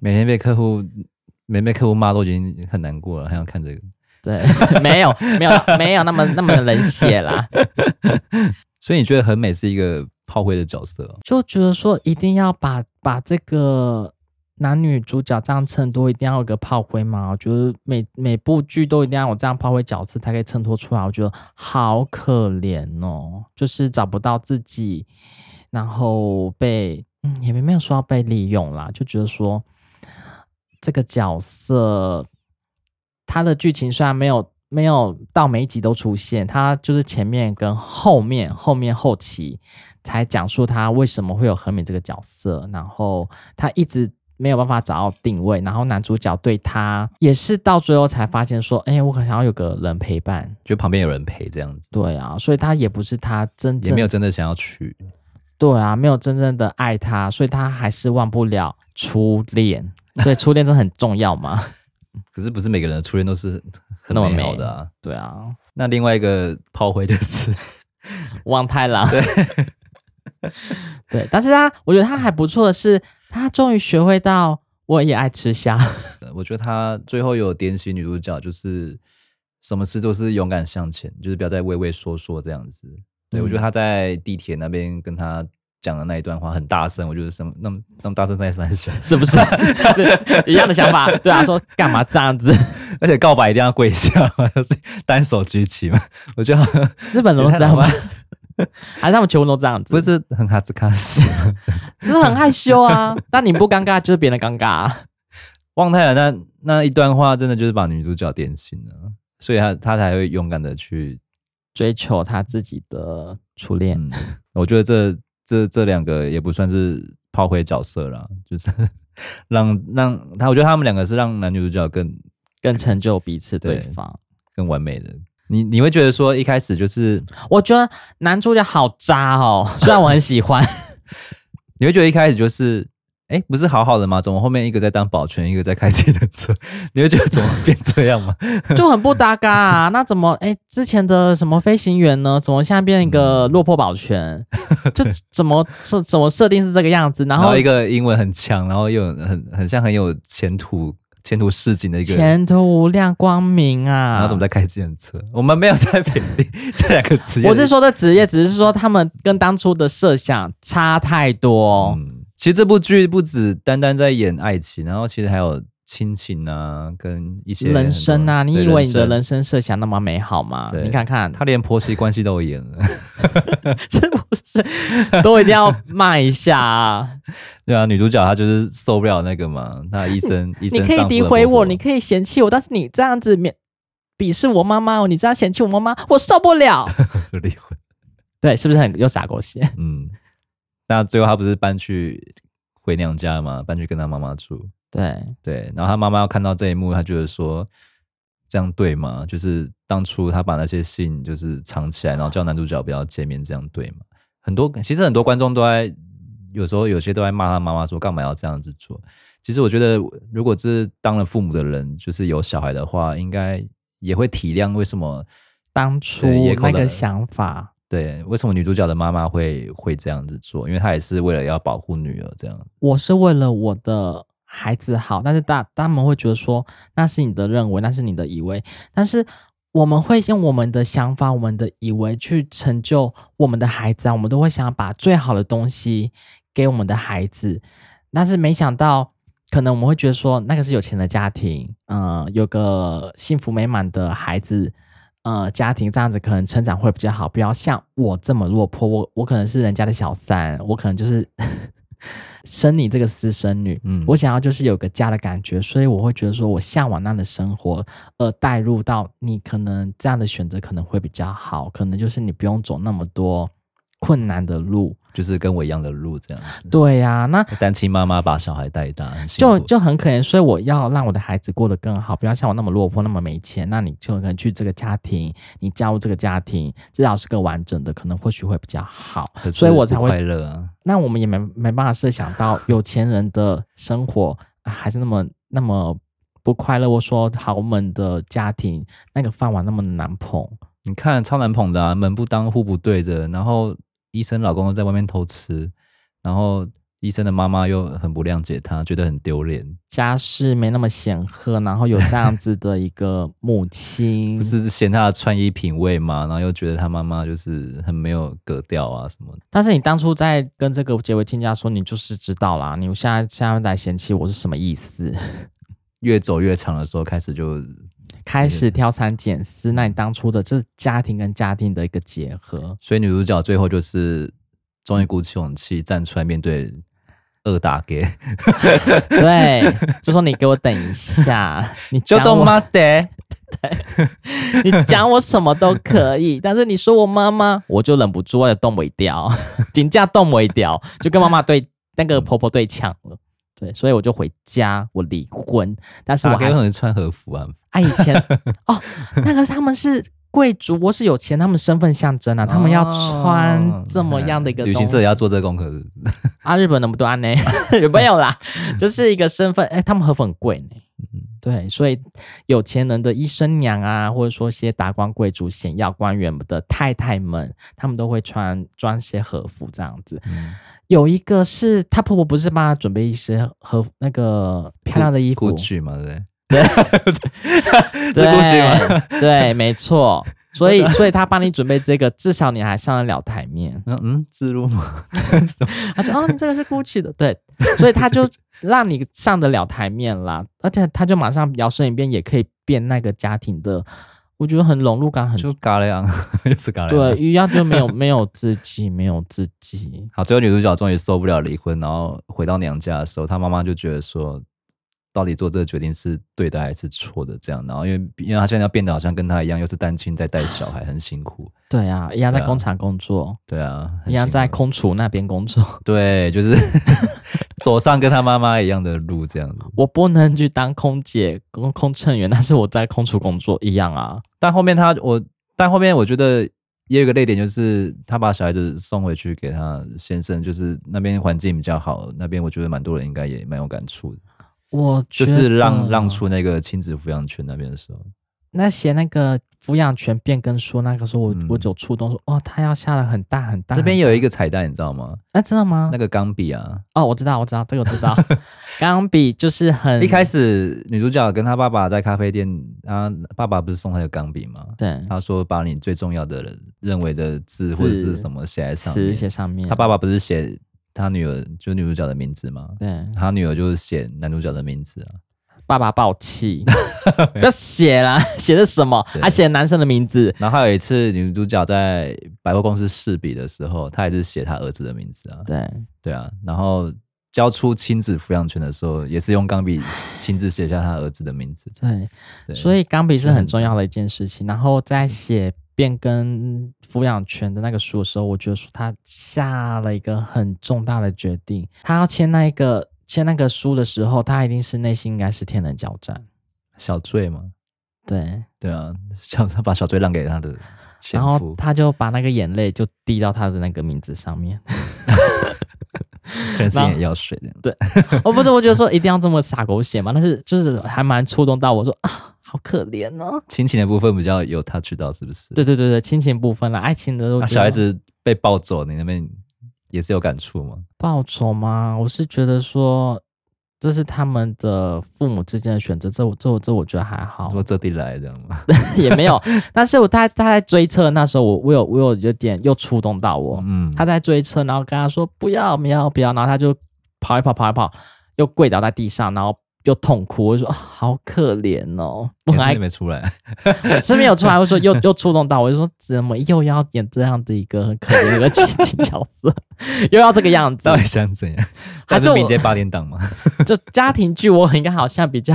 每天被客户每天被客户骂都已经很难过了，还想看这个。对，没有没有没有那么那么冷血啦，所以你觉得很美是一个炮灰的角色、哦？就觉得说一定要把把这个男女主角这样衬托，一定要有个炮灰嘛。我觉得每每部剧都一定要有这样炮灰角色才可以衬托出来。我觉得好可怜哦，就是找不到自己，然后被嗯也没有说要被利用啦，就觉得说这个角色他的剧情虽然没有。没有到每一集都出现，他就是前面跟后面、后面后期才讲述他为什么会有何敏这个角色，然后他一直没有办法找到定位，然后男主角对他也是到最后才发现说，哎、我很想要有个人陪伴，就旁边有人陪这样子，对啊，所以他也不是他真也正没有真的想要去。对啊，没有真正的爱他，所以他还是忘不了初恋，所以初恋真的很重要嘛，可是不是每个人的初恋都是很那么美好美的啊。对啊，那另外一个炮灰就是 望太郎。 对，但是他，我觉得他还不错的是，他终于学会到我也爱吃虾。呃我觉得他最后有点醒女主角，就是什么事都是勇敢向前，就是不要再畏畏缩缩这样子。对、嗯我觉得他在地铁那边跟他讲的那一段话很大声，我觉得什么那么那么大声在三下，是 不是一样的想法？对啊，说干嘛这样子？ 而且告白一定要跪下， 就是单手举起嘛。 我觉得好像日本人都这样吗？还是他们全部都这样子？不，是很哈兹卡西。就是很害羞啊。 但你不尴尬，就是别人尴尬、啊。望太郎那那一段话真的就是把女主角点醒了，所以她她才会勇敢的去。追求他自己的初恋，嗯，我觉得这这这两个也不算是炮灰角色啦，就是 让让他，我觉得他们两个是让男女主角更更成就彼此对对方。更完美的。你你会觉得说一开始就是，我觉得男主角好渣哦， 虽然我很 喜欢，你会觉得一开始就是，哎，不是好好的吗？怎么后面一个在当保全，一个在开计程车？ 你会觉得怎么变这样吗？就很不搭嘎啊。那怎么哎、之前的什么飞行员呢？怎么现在变一嗯个落魄保全？就怎么设怎么设定是这个样子？然然后后一个英文很强，然后又很很像很有前途前途似锦的一个人，前啊途无量光明啊！然后怎么在开计程车？我们没有在 贬低这两个职业，嗯我是说的职业，只是说他们跟当初的设想差太多。嗯，其实这部剧不只单单在演爱情，然后其实还有亲情啊，跟一些人生啊，很你多以为你的，对人生设想那么美好吗？对你 看看，他连婆媳关系都有演了， 是不是都一定要骂一下啊？对啊，女主角她就是受不了那个嘛，那医 生医你生可以丈夫的诋毁婆婆我，你可以嫌弃我，但是你这样子免鄙视我妈妈哦，你这样嫌弃我妈妈，我受 不了。就离婚，对，是不是很又傻狗血？嗯，那最后她不是搬去回娘家嘛，搬去跟她妈妈住，对，对，然后他妈妈看到这一幕，她觉得说这样对吗？就是当初她把那些信就是藏起来，然后叫男主角不要见面，这样对吗？很多其实很多观众都在，有时候有些都在骂他妈妈说干嘛要这样子做。其实我觉得，如果是当了父母的人，就是有小孩的话，应该也会体谅为什么当初对野口那的个想法，对为什么女主角的妈妈会会这样子做，因为她也是为了要保护女儿这样。我是为了我的孩子好，但是大他们会觉得说那是你的认为，那是你的以为，但是我们会用我们的想法、我们的以为去成就我们的孩子啊，我们都会想把最好的东西给我们的孩子，但是没想到可能我们会觉得说那个是有钱的家庭，呃，有个幸福美满的孩子，呃，家庭这样子可能成长会比较好，不要像我这么落魄，我我可能是人家的小三，我可能就是 生你这个私生女，嗯我想要就是有个家的感觉，所以我会觉得说我向往那样的生活，而带入到你可能这样的选择可能会比较好，可能就是你不用走那么多困难的路。就是跟我一样的路这样子。对呀、那单亲妈妈把小孩带大，很辛就苦就很可怜，所以我要让我的孩子过得更好，不要像我那么落魄，那么没钱。那你就可能去这个家庭，你加入这个家庭，至少是个完整的，可能或许会比较好。可是所以我才不会快乐啊。那我们也没没办法设想到有钱人的生活、啊还是那么那么不快乐。我说豪门的家庭那个饭碗那么难捧，你看超难捧的啊，门不当户不对的，然后医生老公都在外面偷吃，然后医生的妈妈又很不谅解他，觉得很丢脸，家世没那么显赫，然后有这样子的一个母 亲，不是嫌他的穿衣品味嘛，然后又觉得他妈妈就是很没有格调啊什么的。但是你当初在跟这个结为亲家说，你就是知道啦，你现在现在来嫌弃我是什么意思？ 越走越长的时候，开始就开始挑三拣四，那你当初的这是家庭跟家庭的一个结合，所以女主角最后就是终于鼓起勇气站出来面对二打给，啊 对，就说你给我等 一下，你讲我， 妈的，你讲我什么都可 以，但是你说我妈妈，我就忍不住我要动尾掉， 紧价动尾掉，就跟妈妈对那个婆婆对呛了。对，所以我就回家，我离婚，但是我打还给是可能穿和服啊，啊，以前哦，那个他们是贵族，我是有钱，他们身份象征啊，他们要穿这么样的一个哦哎嗯旅东行西社也要做这个功课，是不是啊，日本那么多安呢？有没有啦？就是一个身份，哎、他们和粉很贵呢。对，所以有钱人的医生娘啊，或者说一些达官贵族、显要官员的太太们，他们都会穿穿些和服这样子。嗯有一个是她婆婆不是帮她准备一些和那个漂亮的衣服， ，GUCCI 嘛，对不对？是对过去吗对，没错。所以，所以他帮你准备这个，至少你还上得了台面。嗯嗯，自入 吗？他就哦，你这个是 GUCCI 的，对，所以他就让你上得了台面啦。而且他就马上摇身一变，也可以变那个家庭的，我觉得很融入感很就嘎了样， 又是啊嘎了对。样。鱼要就没有没有自己，没有自己，好，最后女主角终于受不了离婚，然后回到娘家的时候，她妈妈就觉得说，到底做这个决定是对的还是错的？这样，然后因为因为她现在要变得好像跟她一样，又是单亲在带小孩，很辛苦。对啊，一样在对啊工厂工作，对啊，很一样辛在苦空厨那边工作。 对，就是 走上跟她妈妈一样的路，这样子。我不能去当空姐、空空乘员，但是我在空厨工作一样啊。但后面她我，但后面我觉得也有一个泪点，就是她把小孩子送回去给她先生，就是那边环境比较好，那边我觉得蛮多人应该也蛮有感触的，我就是让觉让得出那个亲子抚养权那边的时候，那写那个抚养权变更书那个时候我，我、嗯有触动说，哦，他要下了很大很大。这边很有一个彩蛋，你知道吗？大，啊，真的吗？那个钢笔啊，哦，我知道，我知道，这个我知道。钢笔就是很一开始始女主角跟她爸爸在咖啡店，啊，爸爸不是送她一个钢笔吗？对他说把你最重要的认为的字或者字是什么写在上词面，写上面，他爸爸不是写他女儿，就女主角的名字吗？对他女儿就是写男主角的名字啊，爸爸爆 气，不要写啦，写的什么？对还写男生的名字，然后还有一次女主角在百货公司试笔的时候，她也是写她儿子的名字啊，对，对啊，然后交出亲子抚养权的时候，也是用钢笔亲自写下他儿子的名字，对，对，所以以钢笔是这很很重要的一件事情。然后在写变更抚养权的那个书的时候，我觉得说他下了一个很重大的决定，他要签那一个签那个书的时候，他一定是内心应该是天人交战。小醉嘛，对，对啊，小他把小醉让给他的前然后夫，他就把那个眼泪就滴到他的那个名字上 面。可能是眼药水的，哦，不是，我觉得说一定要这么洒狗血嘛，但是就是还蛮触动到我说啊，好可怜哦。亲情的部分比较有 touch 到，是不是？对对对对，亲情部分了，爱情的我那觉小孩得子被抱走，你那边也是有感触吗？报仇吗？我是觉得说，这是他们的父母之间的选择，这我这我这我觉得还好，说这地来这样吗？ 也没有。但是我他他在追车的那时候，我我有我有有点又触动到我，嗯，他在追车，然后跟他说不要不要不要，然后他就跑一跑跑一跑，又跪倒在地上，然后又痛哭，我就说、啊好可怜哦。我眼很泪爱没出来，是没有出来，我就说又又触动到，我就说怎么又要演这样的一个很可怜的情情角色，又要这个样子到，底想怎 样？还还是是我民间八点档吗？就家庭剧，我应该好像比较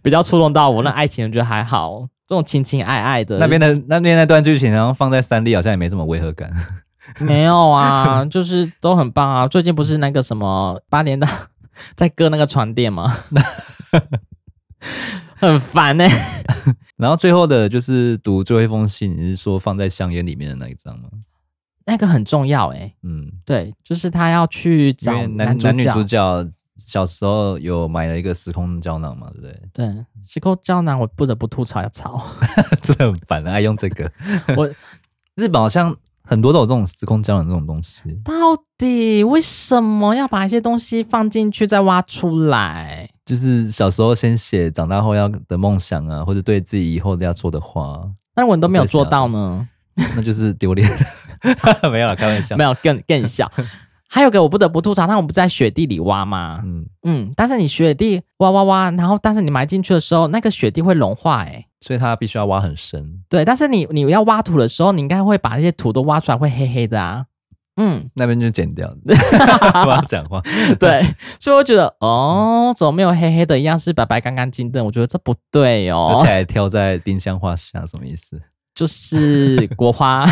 比较触动到我。那爱情我觉得还好，这种情情爱爱的那边的那边那段剧情，然后放在三 D 好像也没什么违和感。 没有啊，就是都很棒啊。最近不是那个什么八点档 在割那个床 垫吗？很烦欸呢、然后最后的就是读最后一封信，你是说放在香烟里面的那一张吗？那个很重要哎、嗯，对，就是他要去因找为男男主男女角，主角小时候有买了一个时空胶囊嘛，对不 对？对，时空胶囊我不得不吐槽一槽，真的很烦，爱用这个。 我日本好像很多都有这种时空胶囊这种东西，到底为什么要把一些东西放进去再挖出来？就是小时候先写长大后要的梦想啊，或者对自己以后要做的话，但我都没有做到呢，那就是丢脸。 没有了，开玩笑没。有更 更小。还有个我不得不吐槽，那我们不是在雪地里挖吗？嗯，嗯，但是你雪地挖挖挖，然后但是你埋进去的时候，那个雪地会融化、欸，所以它必须要挖很深。对，但是你你要挖土的时候，你应该会把那些土都挖出来，会黑黑的啊。 嗯，那边就剪掉，不要讲 话。对，所以我觉得哦，怎么没有黑黑的一样是白白干干净净的？我觉得这不对而哦且，还挑在丁香花下，什么意思？就是 国花。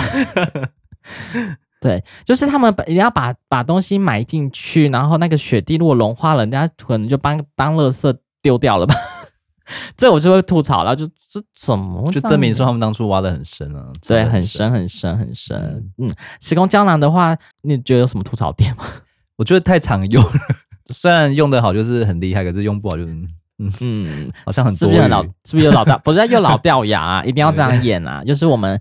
对，就是他们把你要把把东西埋进去，然后那个雪地如果融化了，人家可能就帮当垃圾丢掉了吧。 这我就会吐槽了，就这怎么就这样证明子啊说他们当初挖的很深啊，对，真的很深。很深很深。嗯，时空胶囊的话，你觉得有什么吐槽点吗？ 我觉得太常用了， 虽然用得好就是很厉害，可是用不好就是嗯，嗯，好像很是多不余。是很 老？是不是又老掉？不是又老掉牙、啊，一定要这样演啊！就是我们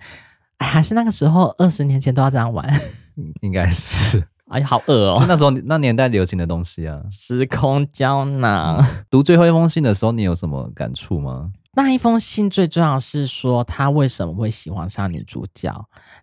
哎还是那个时候，二十年前都要这样玩。 应该 是哎呀，好恶就哦！ 那时候那年代流行的东西啊。时空胶囊读最后一封信的时候，你有什么感触吗？那一封信最重要的是说他为什么会喜欢上女主角，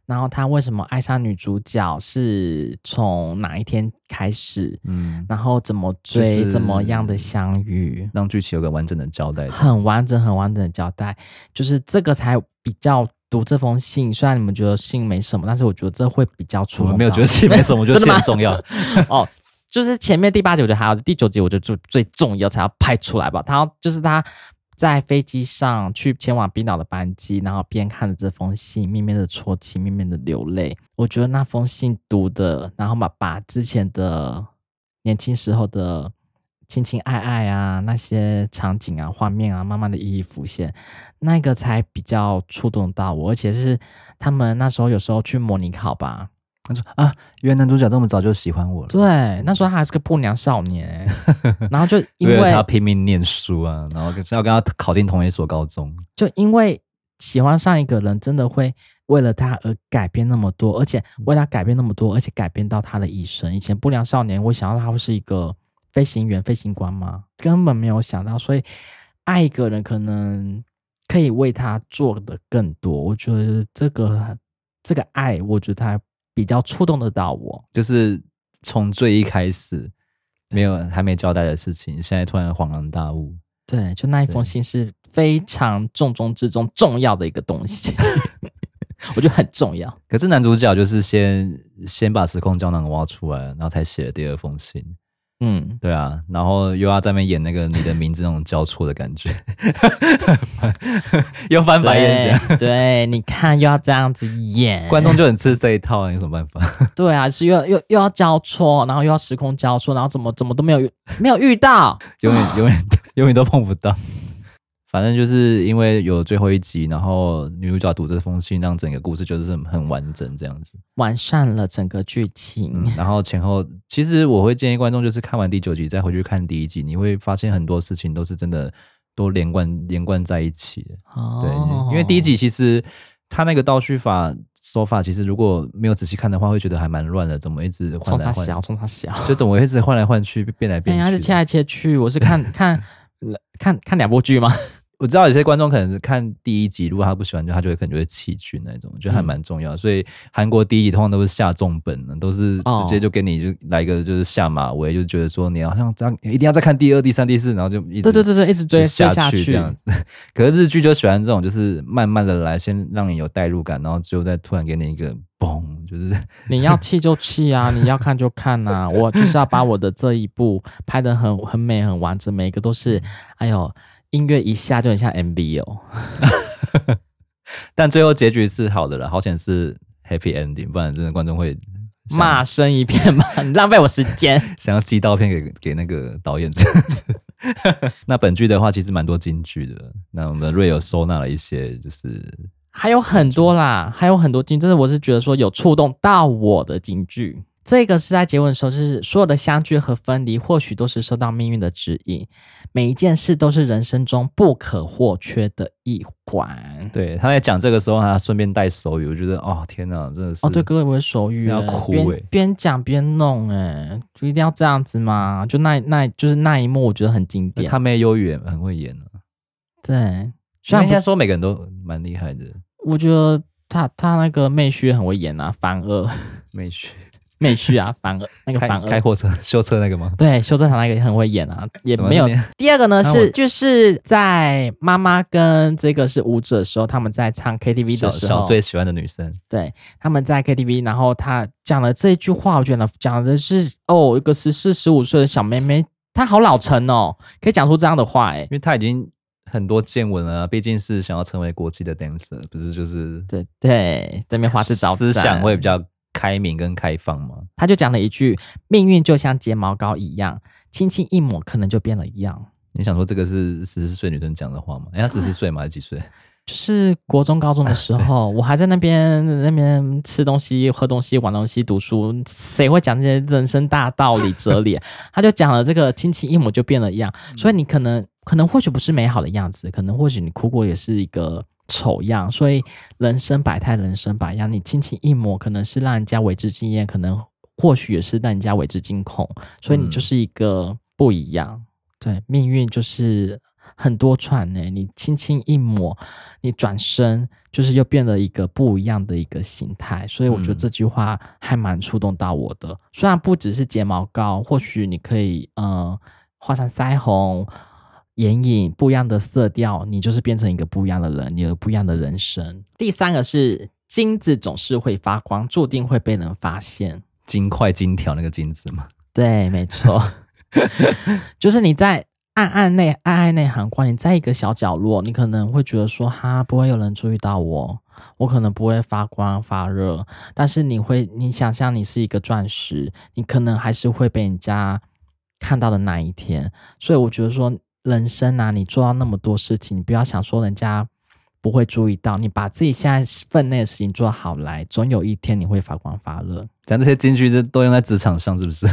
然后他为什么爱上女主角是从哪一天开始，嗯，然后怎么就追，是怎么样的相遇。让剧情有个完整的交代。很完整、很完整的交代，就是这个才比较读这封信。虽然你们觉得信没什么，但是我觉得这会比较触我们动到。没有觉得戏没什么，我觉得真戏的吗很重要。 哦，就是前面第八集我觉得还好，第九集我觉得就最重要才要拍出来吧。他要就是他在飞机上去前往冰岛的班机，然后边看着这封信，面面的啜泣，面面的流泪。我觉得那封信读的，然后嘛把之前的年轻时候的。亲亲爱爱啊，那些场景啊、画面啊，慢慢的一一浮现，那个才比较触动到我，而且是他们那时候有时候去模拟考吧，他说啊， 原来男主角这么早就喜欢我了，对，那时候他还是个不良少 年，然后就因为了他为拼命念书啊，然后就是要跟他考进同一所高中。就因为喜欢上一个人，真的会为了他而改变那么多，而且为他改变那么多，而且改变到他的一生。以前不良少年，我想到他会是一个飞行员、飞行官吗？根本没有想到，所以爱一个人可能可以为他做的更多。我觉得这个这个爱，我觉得他比较触动得到我。就是从最一开始没有还没交代的事情，现在突然恍然大悟。对，就那一对封信是非常重中之重重要的一个东西， 我觉得很重要。可是男主角就是先先把时空胶囊挖出来，然后才写了第二封信。嗯，对啊，然后又要在那边演那个你的名字那种交错的感觉， 又翻白眼这样，对对，你看又要这样子演，观众就很吃这一套啊，有什么办法？对啊，是又又又要交错，然后又要时空交错，然后怎么怎么都没有遇没有遇到，永 远永远永远都碰不到。反正就是因为有最后一集，然后女主角读这封信，让整个故事就是很很完整这样子。完善了整个剧情。嗯，然后前后，其实我会建议观众就是看完第九集再回去看第一集，你会发现很多事情都是真的都连贯连贯在一起的。对，哦，因为第一集其实他那个倒叙法手法，其实如果没有仔细看的话，会觉得还蛮乱的，怎么一直换冲来他换，小，哎冲他小，就怎么一直换来换去，变来人变哎家去是切的。 来切去，我是看看看看两部剧吗？我知道有些观众可能是看第一集，如果他不喜欢，就他就会可能就会弃剧那种，我嗯觉得还蛮重要的。所以韩国第一集通常都是下重本的，都是哦直接就给你就来一个就是下马威，就觉得说你好像这样一定要再看第二、第三、第四，然后就一直对对对对，一直追就追下下去这样子。 可是日剧就喜欢这种，就是慢慢的来，先让你有代入感，然后最后再突然给你一个嘣，就是 你要气就气 啊，你要看就看呐、我就是要把我的这一部 拍的很很美很完整，每一个都是，哎呦，音乐一下就很像 MV 哦。但最后结局是好的了，好险是 happy ending，不然真的观众会想骂声一片吧， 你浪费我时间。想要寄刀片给给那个导演这样子。那本剧的话，其实蛮多金句的。那我们瑞有收纳了一些，就是 还有很多啦，还有很多金，真的我是觉得说有触动到我的金句。这个是在结婚的时候，就是所有的相聚和分离，或许都是受到命运的指引。每一件事都是人生中不可或缺的一环。对他在讲这个时候，他顺便带手语，我觉得哦天哪，真的是哦，对，各位我会手语是要欸哭边欸边讲边弄，哎，就一定要这样子嘛？就那那，就是那一幕，我觉得很经典。他妹优语也很会演啊。对，虽虽然然应不该是，说每个人都蛮厉害的，我觉得他他那个妹婿也很会演啊，反而 妹去妹 婿啊，反而那个开反开而。货车 修车那个吗？对，修正厂那个也很会演啊，也怎么没有那边第二个呢那是我就是在妈妈跟这个是舞者的时候，他们在唱 KTV 小的时候，小最喜欢的女生，对，他们在 KTV，然后他讲了这一句话，我觉得讲的是哦，一个十四十五岁的小妹妹，她好老成哦，可以讲出这样的话，哎因，为她已经很多见闻了啊，毕竟是想要成为国际的 dancer，不是就是对对，这边花枝招思展，想会比较开明跟开放吗？他就讲了一句，命运就像睫毛膏一样，轻轻一抹，可能就变了一样。你想说这个是十四岁女生讲的话吗？哎、她十啊四岁吗？还是几岁？ 就是国中、高中的时候，我还在那边那边吃东西、喝东西、玩东西、读书，谁会讲这些人生大道理、哲理啊？他就讲了这个亲戚一抹就变了一样，所以你可能可能或许不是美好的样子，可能或许你哭过也是一个丑样，所以人生百态，人生百样，你亲戚一抹可能是让人家为之惊艳，可能或许也是让人家为之惊恐，所以你嗯就是一个不一样。对，命运就是很多串呢、你轻轻一抹，你转身就是又变了一个不一样的一个形态，所以我觉得嗯这句话还蛮触动到我的。虽然不只是睫毛膏，或许你可以呃画上腮红、眼影，不一样的色调，你就是变成一个不一样的人，你有不一样的人生。第三个是金子总是会发光，注定会被人发现。金块金条那个金子吗？对，没错， 就是你在暗暗内暗暗内含光，你在一个小角落，你可能会觉得说，哈，不会有人注意到我，我可能不会发光发热，但是你会，你想象你是一个钻石，你可能还是会被人家看到的那一天。所以我觉得说，人生啊，你做到那么多事情，你不要想说人家。不会注意到，你把自己现在分内的事情做好来，总有一天你会发光发热。咱这些金句这都用在职场上，是不是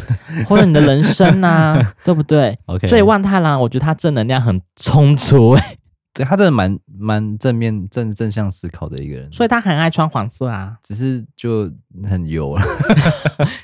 或者你的人生啊，对不对？ ？OK，所以万太郎，我觉得他正能量很充足、 欸，对他真的蛮蛮正面正正向思考的一个人，所以他很爱穿黄色啊。只是就很油了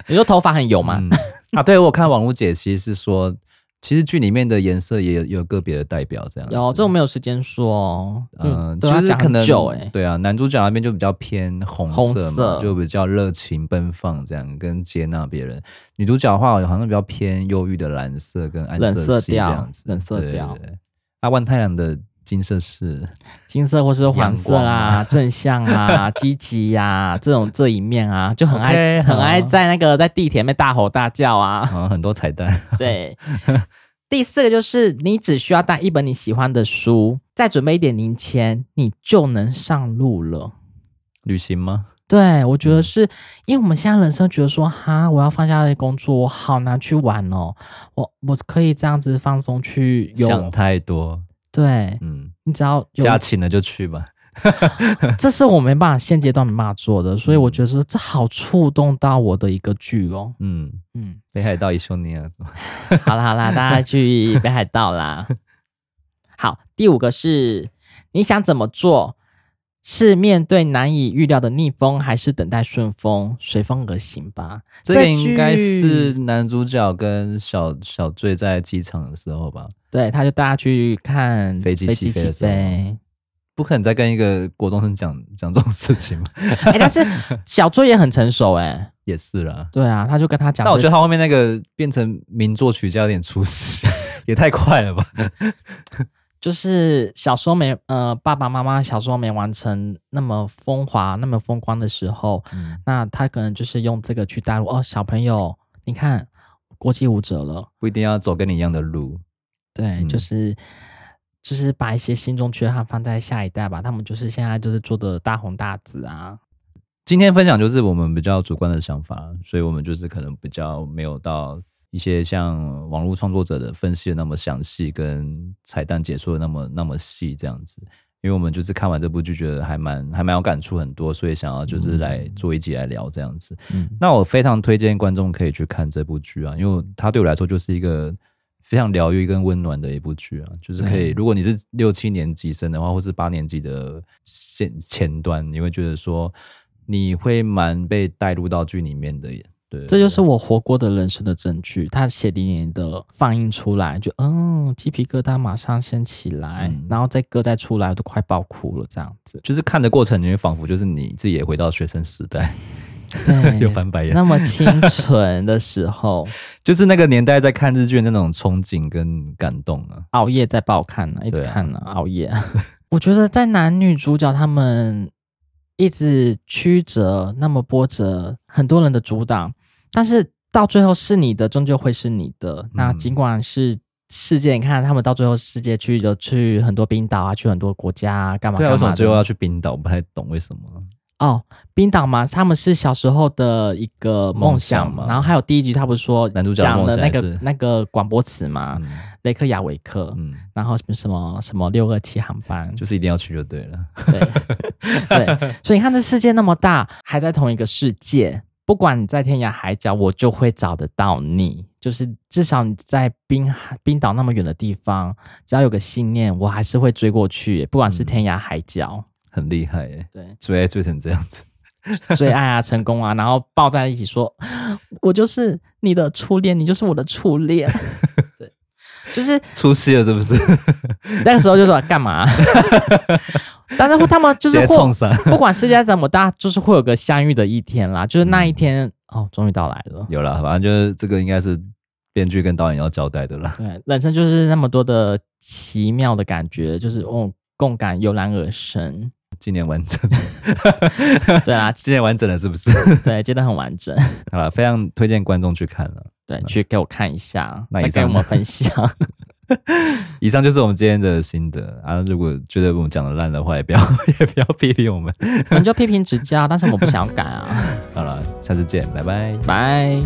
你说头发很油吗？嘛、嗯啊。对我有看网络解析是说，其实剧里面的颜色也有有个别的代表这样子。有，这我没有时间说哦。嗯，对就他是讲可很能久哎、欸对啊，男主角那边就比较偏红红色嘛，色就比较热情奔放这样，跟接纳别人。女主角的话好像比较偏忧郁的蓝色跟暗冷色系这调样子，冷色对调。对对阿万太郎的金色是金色或是黄色阳啊， 正向啊，积极呀、这种这一面啊，就很爱 OK，很爱好在那个在地铁里面大吼大叫 啊。好像很多彩蛋， 对，第四个就是你只需要带一本你喜欢的书，再准备一点零钱，你就能上路了。旅行吗？对，我觉得嗯是因为我们现在人生觉得说，哈，我要放下这些工作，我好难去玩哦，我我可以这样子放松去想游。太多，对嗯，你只要有假，请了就去吧。这是我没办法现阶段没办法做的，所以我觉得说这好触动到我的一个剧哦。嗯，嗯，北海道一休尼亚，好啦好啦，大家去北海道啦。好，第五个是你想怎么做，是面对难以预料的逆风，还是等待顺风，随风而行吧？这个这句应该是男主角跟小小醉在机场的时候吧？对，他就带他去看飞机飞起机飞的起时候飞。不可能再跟一个国中生讲讲这种事情吧？哎、但是小醉也很成熟哎、也是啦。对啊，他就跟他讲但我觉这，得他后面那个变成名作曲家有点出息， 也太快了吧？就是小时候没呃，爸爸妈妈小时候没完成那么风华、那么风光的时候，嗯，那他可能就是用这个去带入哦，小朋友，你看国际舞者了，不一定要走跟你一样的路。对，就嗯是就是把一些心中缺憾放在下一代吧，他们就是现在就是做的大红大紫啊，今天分享就是我们比较主观的想法，所以我们就是可能比较没有到一些像网络创作者的分析的那么详细，跟彩蛋解说的那么那么细这样子。因为我们就是看完这部剧，觉得还蛮还蛮有感触很多，所以想要就是来做一集来聊这样子。嗯，那我非常推荐观众可以去看这部剧啊，因为它对我来说就是一个非常疗愈跟温暖的一部剧啊，就是可以，对如果你是六七年级生的话，或是八年级的现前端，你会觉得说你会蛮被带入到剧里面的耶，对，这就是我活过的人生的证据，他血淋淋的放映出来，就嗯，鸡皮疙瘩马上掀起来，嗯，然后再割再出来，我都快爆哭了这样子就是看的过程，你会仿佛就是你自己也回到学生时 代， 又对。翻白眼，那么清纯的时候，就是那个年代在看日剧的那种憧憬跟感动啊。熬夜在爆看呢、一直对啊看呢、熬夜。 我觉得在男女主角他们一直曲折，那么波折，很多人的阻挡，但是到最后是你的，终究会是你的。嗯那尽管是世界，你看他们到最后世界去有去很多冰岛啊，去很多国家啊，干嘛对啊，为干什嘛么最后的。要去冰岛？我不太懂为什么。哦，冰岛嘛，他们是小时候的一个梦想梦想嘛。嘛然后还有第一集，他不是说男主角的讲梦了想那个啊还是那个广播词嘛，嗯雷克雅维克。嗯，然后什么什么什么六二七航班，就是一定要去就对了。对对，所以你看这世界那么大，还在同一个世界，不管你在天涯海角，我就会找得到你。就是至少你在冰海冰岛那么远的地方，只要有个信念，我还是会追过去，不管是天涯海角。很厉害耶，，对追爱追成这样子，最爱啊，成功啊，然后抱在一起说，我就是你的初恋，你就是我的初恋。对，就是出戏了是不是？那个时候就说干嘛？ 但是他们就直接是或冲上， 不管世界怎么大，就是会有个相遇的一天啦。就是那一天，哦，终于到来了。嗯有了，反正就是这个应该是编剧跟导演要交代的了。对，人生就是那么多的奇妙的感觉，就是哦，共感油然 而生。今年完整，对啊，今年完整了是不是？ 对，真的很完整。好了，非常推荐观众去看了。对，去给我看一下，嗯那再以上跟我们分享。 以上就是我们今天的心得啊！如果觉得我们讲的烂的话，也不要 也不要批评我们。我们就批评指教，但是 我不想改啊。好了，下次见，拜拜。拜。